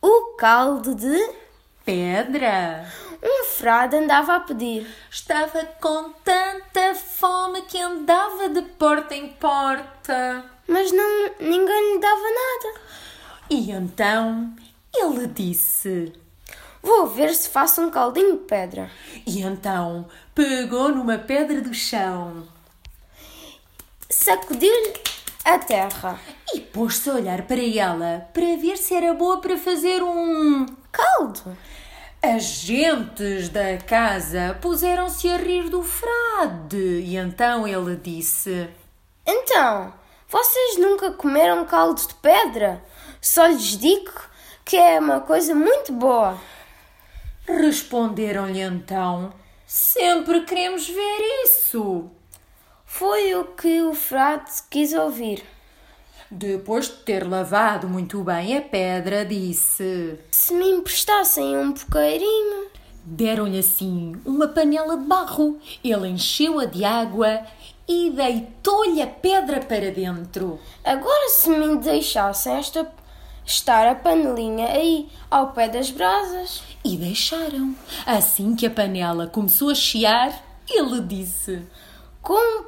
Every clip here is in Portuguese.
o caldo de Pedra! um frade andava a pedir. Estava com tanta fome que andava de porta em porta. Mas não, ninguém lhe dava nada. E então ele disse. Vou ver se faço um caldinho de pedra. E então pegou numa pedra do chão Sacudiu-lhe a terra. e pôs-se a olhar para ela para ver se era boa para fazer um. Caldo? Agentes da casa puseram-se a rir do frade e então ele disse: Então, vocês nunca comeram caldo de pedra? Só lhes digo que é uma coisa muito boa. Responderam-lhe então: Sempre queremos ver isso. Foi o que o frade quis ouvir. Depois de ter lavado muito bem a pedra, disse: Se me emprestassem um bocadinho. Deram-lhe assim uma panela de barro. Ele encheu-a de água e deitou-lhe a pedra para dentro. Agora, se me deixassem esta, estar a panelinha aí, ao pé das brasas. E deixaram. Assim que a panela começou a chiar, ele disse: Com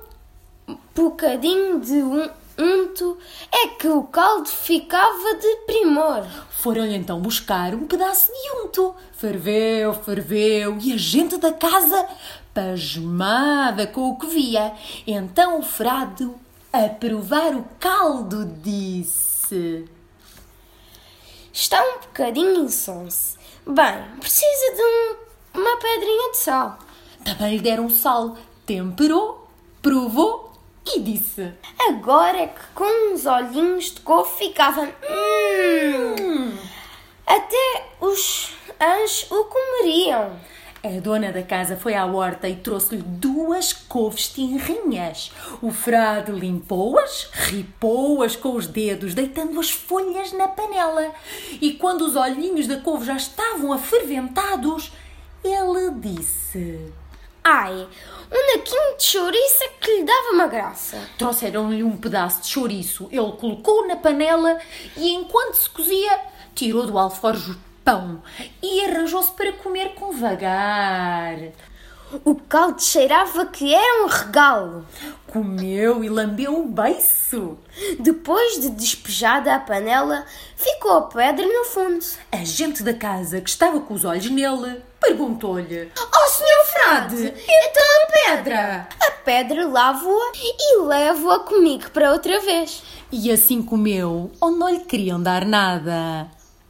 um bocadinho de um- unto é que o caldo ficava de primor. Foram-lhe então buscar um pedaço de unto. Ferveu, ferveu, e a gente da casa, pasmada com o que via. Então o frado, a provar o caldo, disse: Está um bocadinho insonso. Bem, precisa de um- uma pedrinha de sal. Também lhe deram sal, temperou, provou e disse: Agora é que com uns olhinhos de couve ficava. Hum, até os anjos o comeriam. A dona da casa foi à horta e trouxe-lhe duas couves tinrinhas. O frade limpou-as, ripou-as com os dedos, deitando as folhas na panela. E quando os olhinhos da couve já estavam aferventados, ele disse: Ai, um naquinho de chouriça que lhe dava uma graça. Trouxeram-lhe um pedaço de chouriço, ele colocou na panela e, enquanto se cozia, tirou do alforje pão e arranjou-se para comer com vagar. O caldo cheirava que era um regalo. Comeu e lambeu o beiço. Depois de despejada a panela, ficou a pedra no fundo. A gente da casa, que estava com os olhos nele, perguntou-lhe: Oh, senhor Frade, então a pedra! A pedra lavo-a e levo-a comigo para outra vez. E assim comeu, onde não lhe queriam dar nada.